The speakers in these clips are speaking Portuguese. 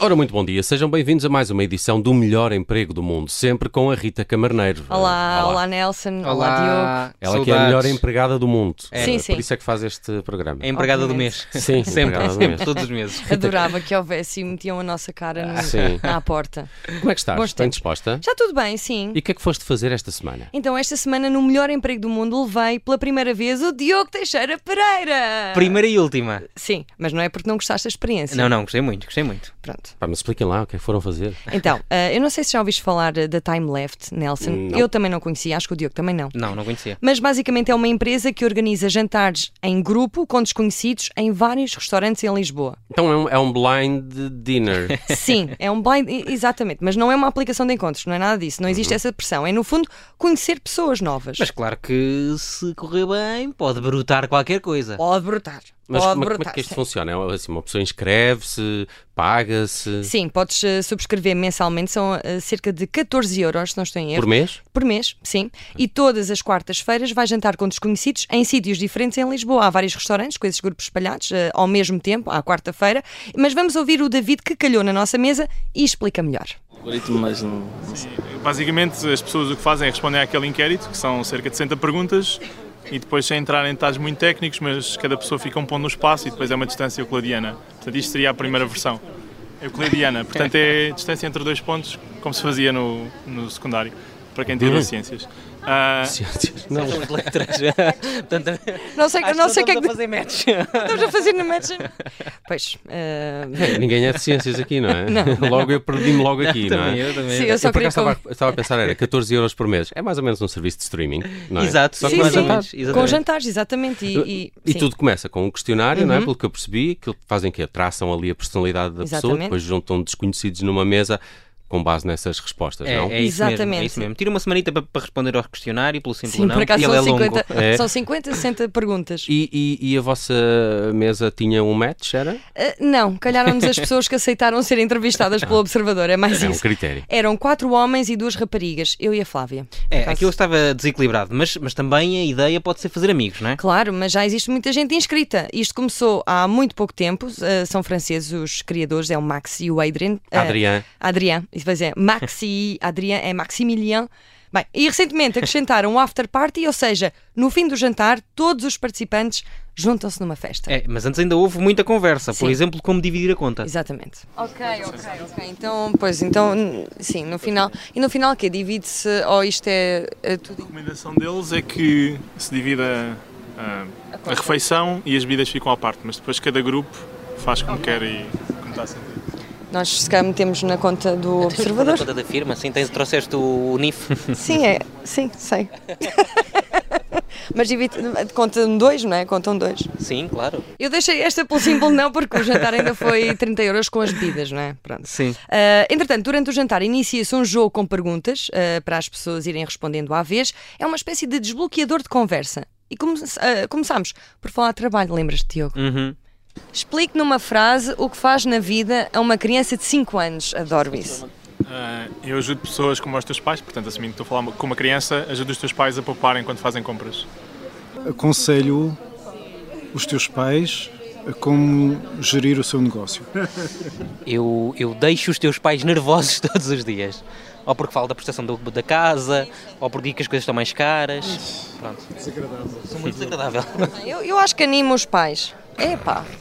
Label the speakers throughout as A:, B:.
A: Ora, muito bom dia, sejam bem-vindos a mais uma edição do Melhor Emprego do Mundo, sempre com a Rita Camarneiro. Eh,
B: Olá, olá, Nelson, olá, Diogo.
A: Ela que é a melhor empregada do mundo.
B: É. Sim, sim.
A: Por isso é que faz este programa.
C: É empregada do
B: Obviamente.
C: mês.
A: Sim,
C: sempre,
A: empregada do
C: sempre,
A: mês.
C: todos os meses.
B: Adorava que houvesse e metiam a nossa cara no-
A: Sim.
B: à porta.
A: Como é que estás?
B: Bons
A: Bem
B: tempos.
A: disposta?
B: Já tudo bem, sim.
A: E o que é que foste fazer esta semana?
B: Então, esta semana, no melhor emprego do mundo, levei pela primeira vez o Diogo Teixeira Pereira.
C: Primeira e última.
B: Sim, mas não é porque não gostaste da experiência.
C: Não, não, gostei muito, gostei muito.
B: Pronto.
A: Pá, mas expliquem lá o que é que foram fazer.
B: Então, ah, eu não sei se já ouviste falar ah, da Time Left, Nelson. Eu também não conhecia, acho que o Diogo também não.
C: Não, não conhecia.
B: Mas basicamente é uma empresa que organiza jantares em grupo com desconhecidos em vários restaurantes em Lisboa.
A: Então é um, é um blind dinner.
B: Sim, é um blind, e- exatamente, mas não é uma aplicação de encontros, não é nada disso, não existe
A: Uhum.
B: essa pressão. É, no fundo, conhecer pessoas novas.
C: Mas claro que se correr bem, pode brotar qualquer coisa.
B: Pode brotar.
A: Mas
B: pode
A: como, é- como é
B: brotar.
A: que isto funciona? É assim, uma pessoa inscreve-se, paga-se
B: Sim, podes eh, subscrever mensalmente, são eh, cerca de 14 euros, se não estou em erro.
A: por mês?
B: Por mês, sim. E todas as quartas-feiras vai jantar com desconhecidos em sítios diferentes em Lisboa. Há vários restaurantes com esses grupos espalhados eh, ao mesmo tempo, à quarta-feira. Mas vamos ouvir o David que calhou na nossa mesa e explica melhor.
D: algoritmo, mas não.
E: Basicamente, as pessoas o que fazem é responder àquele inquérito, que são cerca de 60 perguntas, e depois sem entrar em detalhes muito técnicos, mas cada pessoa fica um ponto no espaço e depois é uma distância euclidiana. Portanto, isto seria a primeira versão. Euclidiana, portanto, é distância entre dois pontos, como se fazia no, no secundário, para quem tira ciências. Ah,
C: Não, as letras. Portanto,
B: Não sei,
C: acho
B: não sei o que é
C: estamos
B: que
C: a fazer match.
B: estamos a fazer na match. Pois, eh,
A: Ninguém é de ciências aqui, não é? Logo eu perdi-me logo aqui, não,
C: também
A: é?
C: eu, também
B: Sim,
C: eu.
B: eu só
A: Eu por
B: queria.
A: acaso estava,
B: com-
A: a- estava a pensar, era 14 euros por mês. É mais ou menos um serviço de streaming, não é?
C: Exato,
A: Só que
B: Sim,
A: mais
B: sim.
A: ou menos.
C: exatamente.
B: Com jantares, exatamente. E, e-
A: E
B: sim.
A: tudo começa com um questionário, não é?
C: Uhum.
A: Pelo que eu percebi, que fazem que traçam ali a personalidade da pessoa,
B: Exatamente.
A: depois juntam desconhecidos numa mesa com base nessas respostas,
C: É,
A: não?
C: é isso mesmo,
B: Exatamente.
C: é isso mesmo. Tira uma semanita para, para responder ao questionário, pelo simples
B: Sim,
C: não.
B: por acaso
C: e ele
B: são,
C: é longo.
B: 50,
A: É.
B: são 50, 60 perguntas.
A: E, e- e a vossa mesa tinha um match, era?
B: Eh, não, calharam-nos as pessoas que aceitaram ser entrevistadas pelo Observador, é mais
A: É um
B: isso.
A: critério.
B: Eram quatro homens e duas raparigas, eu e a Flávia.
C: É,
B: Por acaso-
C: aquilo estava desequilibrado, mas, mas também a ideia pode ser fazer amigos, não é?
B: Claro, mas já existe muita gente inscrita. Isto começou há muito pouco tempo. eh, são franceses os criadores, é o Max e o Adrian. Eh,
A: Adrián.
B: Adrián, isso vai dizer Max e Adrián, é Maximilian. Bem, e recentemente acrescentaram o after party, ou seja, no fim do jantar, todos os participantes juntam-se numa festa.
C: É, mas antes ainda houve muita conversa, por
B: Sim.
C: exemplo, como dividir a conta.
B: Exatamente. Ok, ok, ok. Então, pois, então, n- sim, no final. E no final o quê? Divide-se ou isto é, é
E: A
B: tudo?
E: recomendação deles é que se divida ah, a,
B: conta.
E: refeição e as bebidas ficam à parte, mas depois cada grupo faz como quer e como está a sentir.
B: Nós se calhar metemos na conta do observador.
C: conta da firma, assim, tens, trouxeste o NIF.
B: Sim, é, sim, sei. Mas divide, contam dois, não é? Contam dois.
C: Sim, claro.
B: Eu deixei esta pelo símbolo não, porque o jantar ainda foi 30 euros com as bebidas, não é? Pronto.
C: Sim.
B: Ah, entretanto, durante o jantar inicia-se um jogo com perguntas ah, para as pessoas irem respondendo à vez. É uma espécie de desbloqueador de conversa. E come- ah, começámos por falar de trabalho, lembras-te, Diogo?
C: Uhum.
B: Explique numa frase o que faz na vida a uma criança de 5 anos. Adoro isso.
E: Ah, eu ajudo pessoas como os teus pais, portanto, assumindo que estou a falar com uma criança, ajudo os teus pais a pouparem quando fazem compras.
F: aconselho os teus pais a como gerir o seu negócio.
C: Eu, eu deixo os teus pais nervosos todos os dias. Ou porque falo da prestação do- da casa, ou porque digo que as coisas estão mais caras. Pronto. Desagradável. Sou muito desagradável.
B: Eu, eu acho que animo os pais. Epá!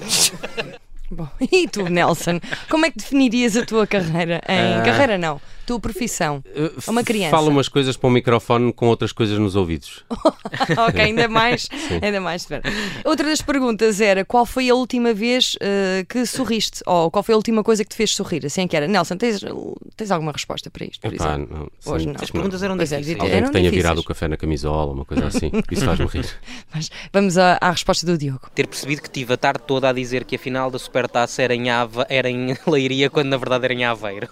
B: Bom, e tu, Nelson, como é que definirias a tua carreira? Em
A: Ah.
B: carreira não, tua profissão.
A: Uh,
B: Uma
A: f-
B: criança. Oh,
A: Fala umas coisas para o microfone com outras coisas nos ouvidos.
B: ok, ainda mais, ainda mais. espera. Outra das perguntas era qual foi a última vez eh, que sorriste? Ou qual foi a última coisa que te fez sorrir? Assim é que era. Nelson, tens, tens alguma resposta para isto? Por
A: Epá,
B: exemplo?
A: não, sim,
B: Hoje não.
A: acho
C: As
A: que não.
C: perguntas eram
B: Pois é, devia
C: difíceis.
B: ter-
A: Alguém
B: eram
A: que tenha
B: difíceis.
A: virado o café na camisola, uma coisa assim. Isso faz-me rir.
B: Mas vamos à, à resposta do Diogo.
C: Ter percebido que tive a tarde toda a dizer que a final da Supertaça era em, Ava, era em Leiria, quando na verdade era em Aveiro.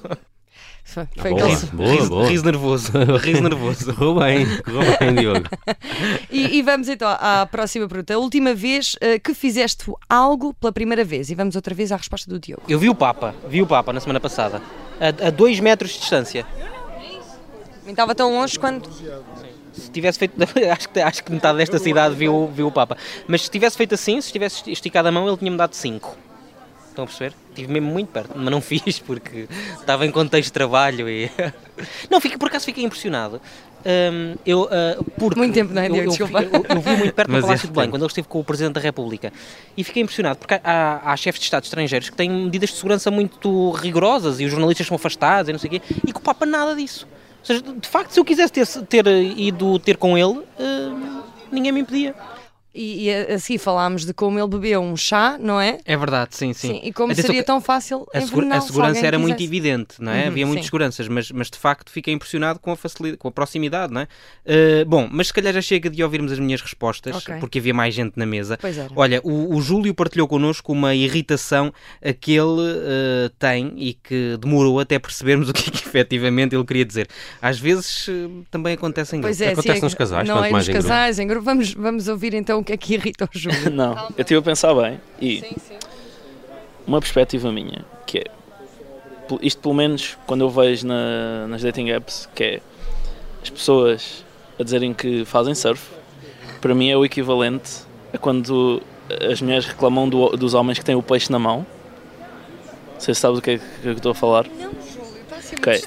B: Foi,
A: Ah,
B: foi
A: boa,
B: aquele sorriso.
A: boa,
C: riso,
A: boa.
C: riso nervoso. Riso nervoso.
A: Correu bem, correu bem, Diogo.
B: E, e vamos então à próxima pergunta. A última vez eh, que fizeste algo pela primeira vez? E vamos outra vez à resposta do Diogo.
C: Eu vi o Papa, vi o Papa na semana passada. A, a dois metros de distância.
B: Nem Estava tão longe quando.
C: Se tivesse feito. Acho que, acho que metade desta cidade viu, viu o Papa. Mas se tivesse feito assim, se tivesse esticado a mão, ele tinha-me dado cinco. Estão a perceber?
G: Estive mesmo muito perto, mas não fiz porque estava em contexto de trabalho e. Não, fico, por acaso fiquei impressionado. Hum, eu, ah, porque
B: Muito tempo, não é,
G: eu,
B: Diogo?
G: eu,
B: Desculpa.
G: eu- eu vi muito perto do
C: Mas
G: Palácio
C: é,
G: de Belém,
C: tem.
G: quando ele esteve com o Presidente da República. E fiquei impressionado, porque há, há chefes de Estado estrangeiros que têm medidas de segurança muito rigorosas e os jornalistas são afastados e não sei o quê, e que o Papa nada disso. Ou seja, de facto, se eu quisesse ter, ter eh, ido ter com ele, hum, ninguém me impedia.
B: E, e a, a seguir falámos de como ele bebeu um chá, não é?
C: É verdade, sim, sim.
B: e como
C: Atenção
B: seria
C: que-
B: tão fácil
C: a, segura-
B: envenenar
C: a
B: se
C: segurança
B: alguém
C: era muito
B: quisesse.
C: evidente, não é?
B: Uhum,
C: Havia muitas
B: sim.
C: seguranças, mas, mas de facto fiquei impressionado com a facilidade, com a proximidade, não é? Eh, bom, mas se calhar já chega de ouvirmos as minhas respostas,
B: Ok.
C: porque havia mais gente na mesa.
B: Pois era.
C: Olha, o, o Júlio partilhou connosco uma irritação a que ele eh, tem e que demorou até percebermos o que, é que efetivamente ele queria dizer. Às vezes eh, também acontece em
B: Pois
C: grupo.
B: é,
A: Acontece
B: sim,
A: nos casais,
B: não
A: tanto
B: é
A: mais
B: nos
A: em grupo.
B: casais, em grupo. Vamos, vamos ouvir então o que é que irrita o Júlio.
H: Não, eu estive a pensar bem e uma perspectiva minha, que é pe- isto pelo menos quando eu vejo na- nas dating apps, que é as pessoas a dizerem que fazem surf, para mim é o equivalente a quando as mulheres reclamam do- dos homens que têm o peixe na mão. Vocês sabem do que é que eu estou a falar? Ok.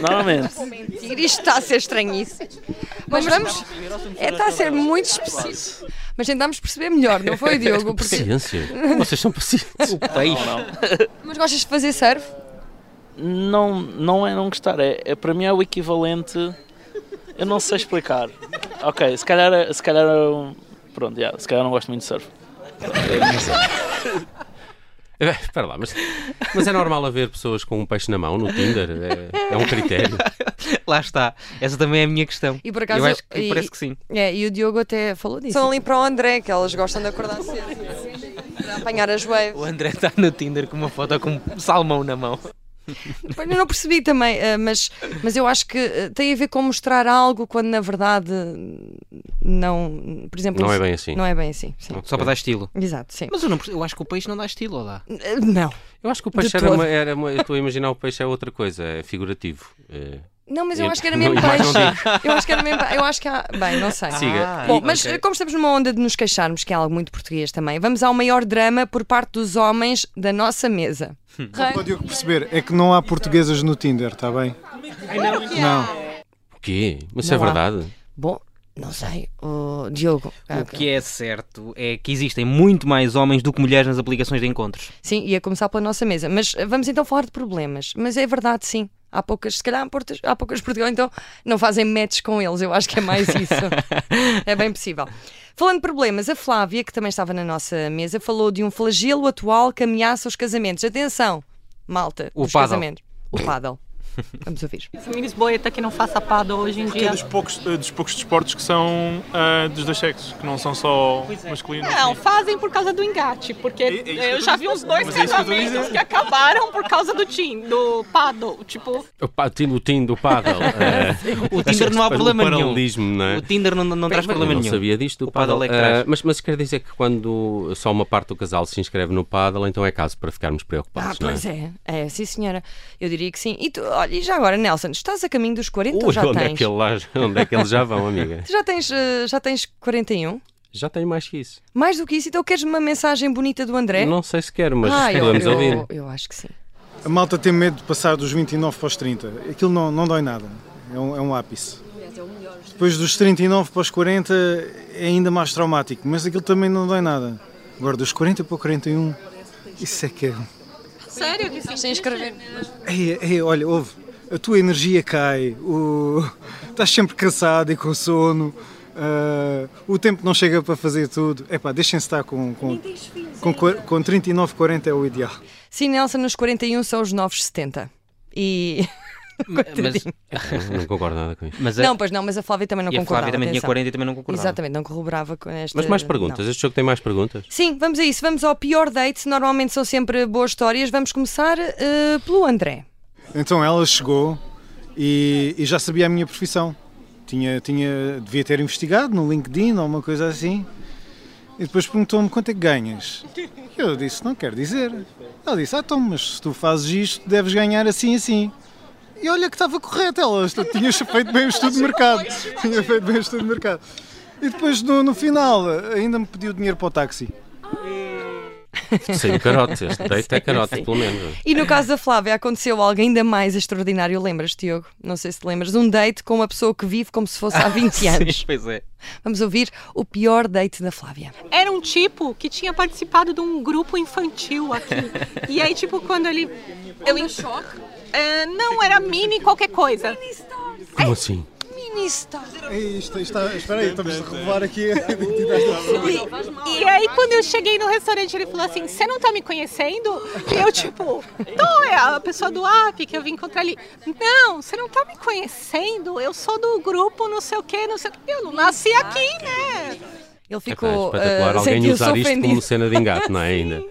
H: Normalmente,
B: Isto está a ser estranhíssimo. Mas vamos. É, está a ser muito específico. Mas tentámos perceber melhor, não foi, Diogo? Porque-
A: Paciência. Vocês são pacientes.
G: Peixe.
H: não,
B: Mas gostas de fazer surf?
H: não, não é não gostar, é, é para mim é o equivalente. Eu não sei explicar. Ok, se calhar, se calhar eu- pronto, yeah, se calhar eu não gosto muito de surf.
A: É, Espera lá, mas, mas é normal haver pessoas com um peixe na mão no Tinder? É, é um critério.
C: Lá está. Essa também é a minha questão.
B: é. E por acaso-
C: Eu acho que
B: e-
C: parece que sim.
B: É, e o Diogo até falou disso. São ali para o André, que elas gostam de acordar cedo. Para apanhar as waves.
G: O André está no Tinder com uma foto com um salmão na mão.
B: Pois, Eu não percebi também, eh, mas, mas eu acho que eh, tem a ver com mostrar algo quando na verdade eh, não. Por exemplo,
A: Não é bem assim.
B: Não é bem assim. sim.
C: Só para dar estilo.
B: Exato, sim.
C: Mas eu, não, perce- eu acho que o peixe não dá estilo, ou dá?
B: Eh, Não.
A: Eu acho que o
B: De
A: peixe era
B: todo.
A: uma, era uma- Eu estou a imaginar o peixe é outra coisa, é figurativo. É,
B: Não, mas eu
A: Eu-
B: acho que era
A: não,
B: mesmo
A: e mais não
B: peixe. Eu acho que era mesmo peixe. Eu acho que há. Bem, não sei.
A: Siga. Ah,
B: Bom, mas eh, como estamos numa onda de nos queixarmos, que é algo muito português também, vamos ao maior drama por parte dos homens da nossa mesa.
F: O Diogo perceber é que não há portuguesas no Tinder, está bem? Não.
A: O quê? Mas isso é
B: Não há.
A: verdade.
B: Bom, não sei, o Diogo. ah,
C: O que é certo é que existem muito mais homens do que mulheres nas aplicações de encontros.
B: Sim, ia começar pela nossa mesa. Mas eh, vamos então falar de problemas. Mas é verdade, sim. Há poucas, se calhar há portas- há poucas Portugal, então não fazem matches com eles. Eu acho que é mais isso. é bem possível. Falando de problemas, a Flávia, que também estava na nossa mesa, falou de um flagelo atual que ameaça os casamentos. Atenção, malta,
C: O
B: os
C: pádel.
B: casamentos. O pádel. Vamos ouvir.
I: Esse minisboeta que não faça pado hoje em dia.
E: Dos poucos, eh, dos poucos desportos que são ah, dos dois sexos, que não são só masculino.
I: Não, fazem por causa do engate, porque
E: é isso que eu
I: eu
E: tô
I: já vi
E: dizendo.
I: uns dois
E: Mas é isso que eu tô
I: casamentos
E: dizendo.
I: que acabaram por causa do Tim, do Pado. Tipo,
A: O pa- o Tinder, o Tinder, do pádel. É,
C: O Tinder não há problema
A: o
C: nenhum.
A: paralelismo, não é?
C: O Tinder não, não traz
A: Eu
C: problema
A: não
C: nenhum.
A: sabia disto, do
C: O pádel
A: pádel.
C: é que traz.
A: Ah, mas, mas quer dizer que quando só uma parte do casal se inscreve no pádel, então é caso para ficarmos
B: Ah,
A: preocupados, não é?
B: pois é. É, sim, senhora. Eu diria que sim. E tu, olha, e já agora, Nelson, estás a caminho dos 40 ou
C: então
A: Ui,
B: já
A: onde, é
B: tens?
A: que ele lá- onde é que eles já vão, amiga?
B: Tu já tens, eh, já tens 41?
A: Já tenho mais que isso.
B: Mais do que isso, então queres uma mensagem bonita do
C: É?
B: André?
A: Não sei se quero, mas
B: ah, eu,
A: podemos
B: eu-
A: ouvir.
B: eu acho que sim.
F: A malta tem medo de passar dos 29 para os 30. Aquilo não, não dói nada. É um, é um ápice. Depois dos 39 para os 40 é ainda mais traumático, mas aquilo também não dói nada. Agora, dos 40 para o 41, isso é que é.
I: sério que
B: Sem escrever.
F: Ei, ei, É, olha, ouve, a tua energia cai, o... estás sempre cansado e com sono, ah, o tempo não chega para fazer tudo. Epá, deixem-se estar com, com, com, quar- com 39, 40 é o ideal.
B: Sim, Nelson, nos 41 são os novos 70. E.
C: Mas,
A: Não, não concordo nada com isto.
C: mas a,
B: Não, pois não, mas a Flávia também não
C: e a
B: concordava.
C: Flávia também tinha
B: atenção.
C: 40 e também não concordava.
B: Exatamente, não corroborava com esta.
A: Mas mais
B: Eh, não.
A: perguntas? Este jogo tem mais perguntas?
B: Sim, vamos a isso. Vamos ao pior date. Normalmente são sempre boas histórias. Vamos começar eh, pelo André.
F: Então ela chegou e, e já sabia a minha profissão. Tinha, tinha, devia ter investigado no LinkedIn ou uma coisa assim. E depois perguntou-me quanto é que ganhas. E eu disse, não quero dizer. Ela disse, ah, então, mas se tu fazes isto, deves ganhar assim assim. E olha que estava correta, ela estu- tinha feito bem o estudo de mercado. Tinha feito bem o estudo de mercado. E depois, no, no final, ainda me pediu dinheiro para o táxi.
A: Sem carote, este date é carote,
B: sim.
A: pelo menos.
B: E no caso da Flávia, aconteceu algo ainda mais extraordinário, lembras, Tiago? Não sei se te lembras. Um date com uma pessoa que vive como se fosse há 20 anos.
C: Sim, pois é.
B: Vamos ouvir o pior date da Flávia.
I: Era um tipo que tinha participado de um grupo infantil aqui. E aí, tipo, quando ele. ele choque? É, não, era mini qualquer coisa.
A: Como assim?
F: Espera aí, estamos a revelar aqui.
I: E aí, quando eu cheguei no restaurante, ele falou assim: Você não tá me conhecendo? E eu, tipo, tô, é a pessoa do app que eu vim encontrar ali. Não, você não tá me conhecendo? Eu sou do grupo, não sei o quê, não sei o quê. Eu não nasci aqui, né?
B: Ele
A: Epá, é
B: ficou.
A: espetacular
B: ah,
A: alguém
B: sentiu-se
A: usar isto
B: ofendido.
A: como cena de engate, não é ainda?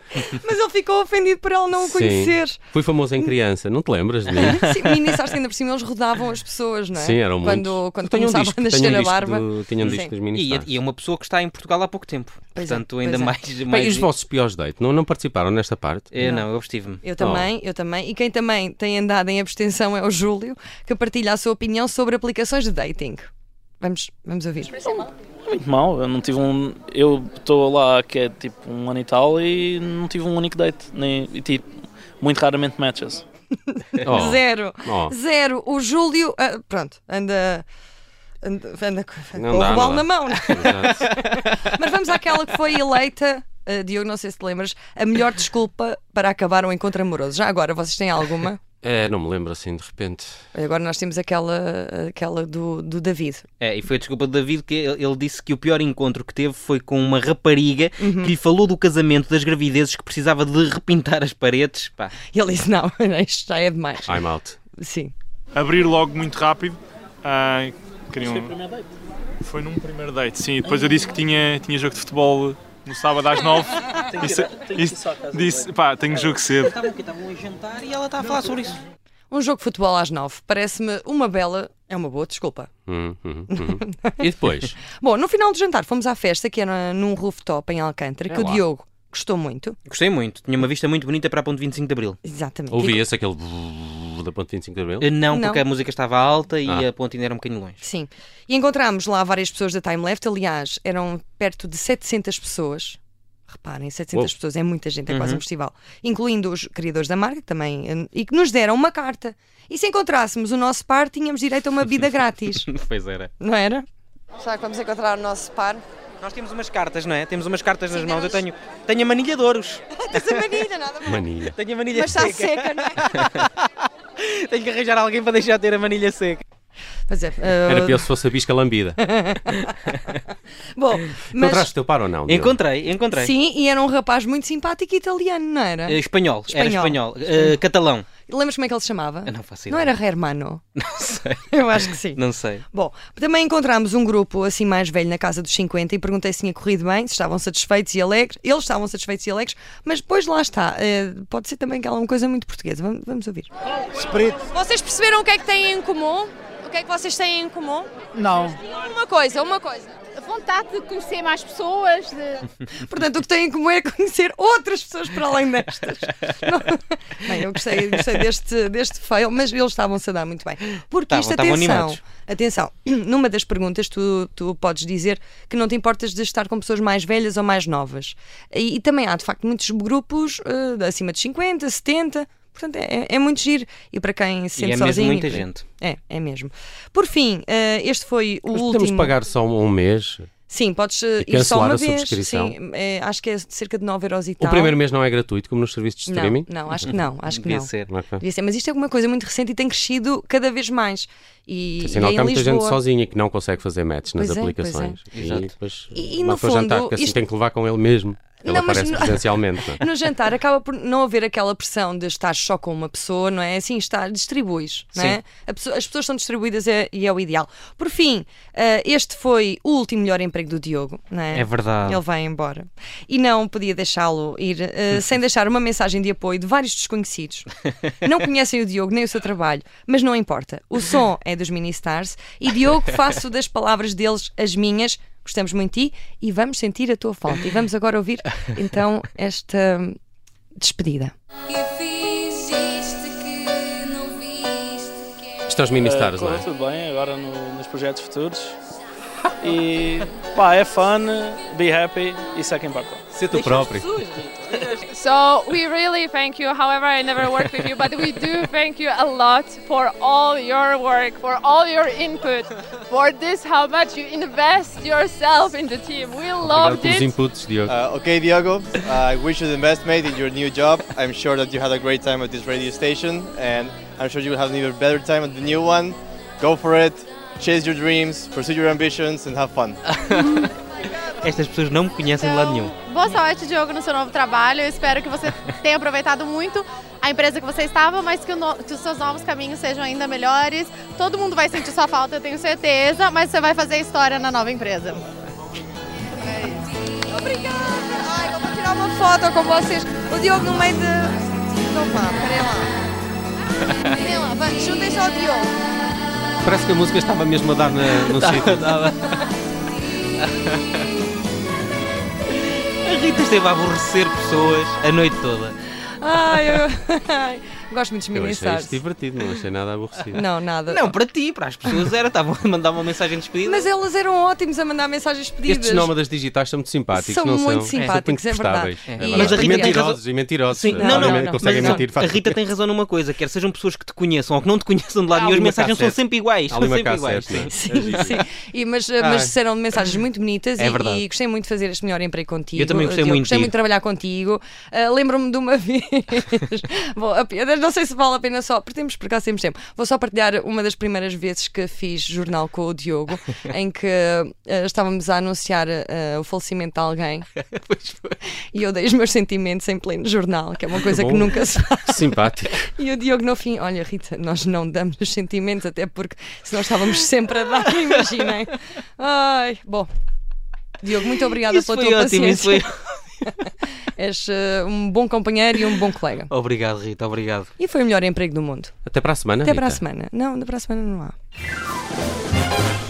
B: Mas ele ficou ofendido por ela não o conhecer.
A: Sim. Fui famoso em criança, não te lembras de mim?
B: Sim, minisaste ainda por cima, eles rodavam as pessoas, não é?
A: Sim, eram
B: Quando,
A: muitos.
B: quando
A: Tenho um
B: começava
A: disco,
B: a
A: tenho um
B: nascer a
A: disco
B: barba.
A: Do, tinha um
B: Sim.
A: disco dos
C: E,
A: ministros.
C: é- e é uma pessoa que está em Portugal há pouco tempo.
B: Pois é,
C: Portanto,
B: pois
C: ainda
B: é.
C: mais.
A: Bem,
C: mais
A: e os vossos piores date? Não, não participaram nesta parte?
C: É, não, eu abstive-me.
B: Eu também, eu também. E quem também tem andado em abstenção é o Júlio, que partilha a sua opinião sobre aplicações de dating. Vamos, vamos ouvir.
H: É Muito mal, eu não tive um. Eu estou lá que é tipo um ano e tal e não tive um único date. Nem, e tipo, muito raramente matches.
A: Oh,
B: Zero.
A: oh.
B: Zero. O Júlio, ah, pronto, anda. Anda, anda com-
A: Não
B: com
A: dá,
B: o
A: não
B: robalo
A: dá.
B: na mão. é?
A: Exato.
B: Mas vamos àquela que foi eleita, ah, Diogo, não sei se te lembras, a melhor desculpa para acabar um encontro amoroso. Já agora, vocês têm alguma?
A: É, não me lembro assim de repente.
B: Agora nós temos aquela, aquela do, do David.
C: É, e foi a desculpa do David que ele, ele disse que o pior encontro que teve foi com uma rapariga que lhe falou do casamento, das gravidezes, que precisava de repintar as paredes. Pá,
B: E ele disse: Não, isto já é demais.
A: I'm out.
B: Sim.
E: Abrir logo muito rápido. Ah, queriam... foi, num primeiro date, sim. E Depois eu disse que tinha, tinha jogo de futebol no sábado às nove. Isso- isso- disse, pá, tenho jogo cedo.
G: Estavam aqui, estavam a jantar e ela está a falar sobre isso.
B: Um jogo de futebol às nove parece-me uma bela. É uma boa desculpa.
A: Hum, hum, hum. E depois?
B: Bom, no final do jantar fomos à festa que era num rooftop em Alcântara, que
A: lá.
B: o Diogo gostou muito.
C: gostei muito, tinha uma vista muito bonita para a ponte 25 de Abril.
B: Exatamente.
A: Ouvia-se aquele bzzz da ponte 25 de Abril?
C: Eh, Não,
B: Não.
C: porque a música estava alta e
A: Ah.
C: a ponte ainda era um bocadinho longe.
B: Sim. E encontramos lá várias pessoas da Time Left. Aliás, eram perto de 700 pessoas. Reparem, 700
A: Uou.
B: pessoas é muita gente, é quase um festival. Incluindo os criadores da marca que também. eh, E que nos deram uma carta. E se encontrássemos o nosso par, tínhamos direito a uma bebida grátis.
C: pois era.
B: Não era? Será que vamos encontrar o nosso par?
C: Nós temos umas cartas, não é? Temos umas cartas nas mãos. Eu tenho, tenho a manilha de ouros.
B: Essa manilha, nada mais.
A: Mania.
C: Tenho a manilha seca.
B: não é?
C: Tenho que arranjar alguém para deixar de ter a manilha seca.
B: Pois é.
A: Era
B: eh,
A: pior se fosse a bisca lambida.
B: Bom,
A: Encontraste
B: mas
A: o teu par ou não? Diogo?
C: Encontrei, encontrei.
B: sim, e era um rapaz muito simpático e italiano, não era?
C: Eh, Espanhol, era
B: Espanhol.
C: espanhol. Eh, catalão.
B: Lembras como é que ele se chamava?
C: Eu não faço
B: Não
C: ideia.
B: era Hermano?
C: Não sei,
B: Eu acho que sim.
C: não sei.
B: Bom, também encontramos um grupo assim mais velho na casa dos 50 e perguntei se tinha corrido bem, se estavam satisfeitos e alegres. Eles estavam satisfeitos e alegres, mas depois lá está. eh, pode ser também que ela é uma coisa muito portuguesa. Vamos, vamos ouvir.
J: Vocês perceberam o que é que têm em comum? O que é que vocês têm em comum?
F: Não.
J: Uma coisa, uma coisa.
K: vontade de conhecer mais pessoas, de
B: Portanto, o que têm em comum é conhecer outras pessoas para além destas. Não- Bem, eu gostei, gostei deste, deste fail, mas eles estavam-se a dar muito bem. Porque
C: Estavam,
B: isto,
C: estavam
B: atenção,
C: animados.
B: atenção, numa das perguntas tu, tu podes dizer que não te importas de estar com pessoas mais velhas ou mais novas. E, e também há, de facto, muitos grupos eh, acima de 50, 70. Portanto, é, é muito giro. E para quem se
C: E é
B: sente
C: mesmo
B: sozinho.
C: muita gente.
B: É, é mesmo. Por fim, eh, este foi o
A: Mas
B: último.
A: podemos pagar só um um mês?
B: Sim, podes eh,
A: E
B: ir só
A: cancelar
B: uma
A: a
B: vez.
A: subscrição?
B: Sim, eh, acho que é cerca de 9 euros e
A: O
B: tal.
A: primeiro mês não é gratuito, como nos serviços de streaming?
B: Não, não, acho que não, acho que
C: Devia
B: não.
C: ser.
A: Ok.
B: Devia ser, mas isto é uma coisa muito recente e tem crescido cada vez mais. E,
A: É
B: e é
A: sinal
B: em
A: que há muita
B: Lisboa.
A: gente sozinha que não consegue fazer matches nas
B: Pois é, pois é.
A: aplicações.
C: Exato.
A: E depois
B: E- e
A: vai
B: no
A: para o jantar,
B: fundo,
A: porque assim
B: isto-
A: tem que levar com ele mesmo. Ele
B: Não, mas
A: aparece
B: no-
A: presencialmente. não é?
B: No jantar acaba por não haver aquela pressão de estar só com uma pessoa, não é? Assim está, distribuis, não é? A pessoa- as pessoas são distribuídas é- e é o ideal. Por fim, eh, este foi o último melhor emprego do Diogo, não é?
C: É verdade.
B: Ele vai embora. E não podia deixá-lo ir eh, sem deixar uma mensagem de apoio de vários desconhecidos. Não conhecem o Diogo nem o seu trabalho, mas não importa. O som é dos Ministars e Diogo, faço das palavras deles as minhas. Gostamos muito de ti e vamos sentir a tua falta. E vamos agora ouvir então esta despedida.
J: Eu fiz este que não viste.
A: Isto é os ministares, não
H: Eh,
A: é?
H: Correu tudo bem agora no- nos projetos futuros. E pá, have fun, be happy e saquem para
A: Ser tu próprio.
B: é
K: So we really thank you. However, I never worked with you, but we do thank you a lot for all your work, for all your input, for this how much you invest yourself in the team. We
A: Obrigado
K: loved
A: pelos
K: it.
A: inputs, Diogo.
L: Uh, okay, Diogo, I wish you the best, mate, in your new job. I'm sure that you had a great time at this radio station, and I'm sure you will have an even better time at the new one. Go for it, chase your dreams, pursue your ambitions, and have fun.
C: Estas pessoas não me conhecem de lado nenhum.
K: Então, Boa sorte, Diogo, no seu novo trabalho. Eu espero que você tenha aproveitado muito a empresa que você estava, mas que, o no- que os seus novos caminhos sejam ainda melhores. Todo mundo vai sentir sua falta, eu tenho certeza, mas você vai fazer história na nova empresa.
B: Obrigada! Ai, eu vou tirar uma foto com vocês. O Diogo no meio de. Então vá, peraí lá. Peraí lá, vá, juntem só o Diogo.
A: Parece que a música estava mesmo a dar na, no
B: Tá.
A: sítio.
C: A Rita esteve a aborrecer pessoas a noite toda.
B: Ai, eu... Ai, Gosto muito de
A: Eu
B: mini
A: achei tipo- isto divertido, não achei nada aborrecido.
B: Não, nada.
C: Não, para ti, para as pessoas era, estavam a mandar uma mensagem de despedida.
B: Mas eles eram ótimos a mandar mensagens pedidas.
A: Estes nómadas digitais são muito simpáticos,
B: São
A: não são?
B: muito simpáticos, é
A: são muito
B: verdade.
A: prestáveis.
B: É.
A: verdade.
B: Mas a
A: E
B: Rita tem
A: mentirosos e mentirosos.
C: Sim, não, assim, não,
A: Obviamente
B: não,
A: conseguem
B: não.
A: mentir
C: a
A: facilmente.
C: Rita tem razão numa coisa, quer sejam pessoas que te conheçam ou que não te conheçam de
A: Há
C: lado nenhum, as
A: ali uma
C: mensagens são
A: cassete.
C: sempre iguais.
A: Há ali
C: São
A: uma
C: sempre iguais.
A: cassete, não é?
B: Sim, sim. E, mas, eh,
A: Ai.
C: Ah.
B: mas serão mensagens muito bonitas
A: É
B: e-
A: verdade.
B: e, gostei muito de fazer este melhor emprego contigo.
C: Eu também gostei
B: Diogo,
C: muito
B: Gostei
C: de ti.
B: muito de trabalhar contigo. Ah, Lembro-me de uma vez. Bom, apenas- não sei se vale a pena só, porque temos por acaso temos tempo. Vou só partilhar uma das primeiras vezes que fiz jornal com o Diogo, em que ah, estávamos a anunciar ah, o falecimento de alguém
C: Pois foi.
B: e eu dei os meus sentimentos em pleno jornal, que é uma coisa que
A: bom.
B: nunca se faz.
A: Simpático.
B: E o Diogo no fim, olha Rita, nós não damos os sentimentos, até porque se nós estávamos sempre a dar, imaginem. Ai, bom. Diogo, muito obrigada
C: Isso
B: pela
C: foi
B: tua
C: ótimo, isso
B: paciência.
C: foi...
B: És eh, um bom companheiro e um bom colega.
C: Obrigado, Rita, obrigado.
B: E foi o melhor emprego do mundo.
A: Até para a semana.
B: Até para a
A: Rita.
B: semana. Não, para a semana não há.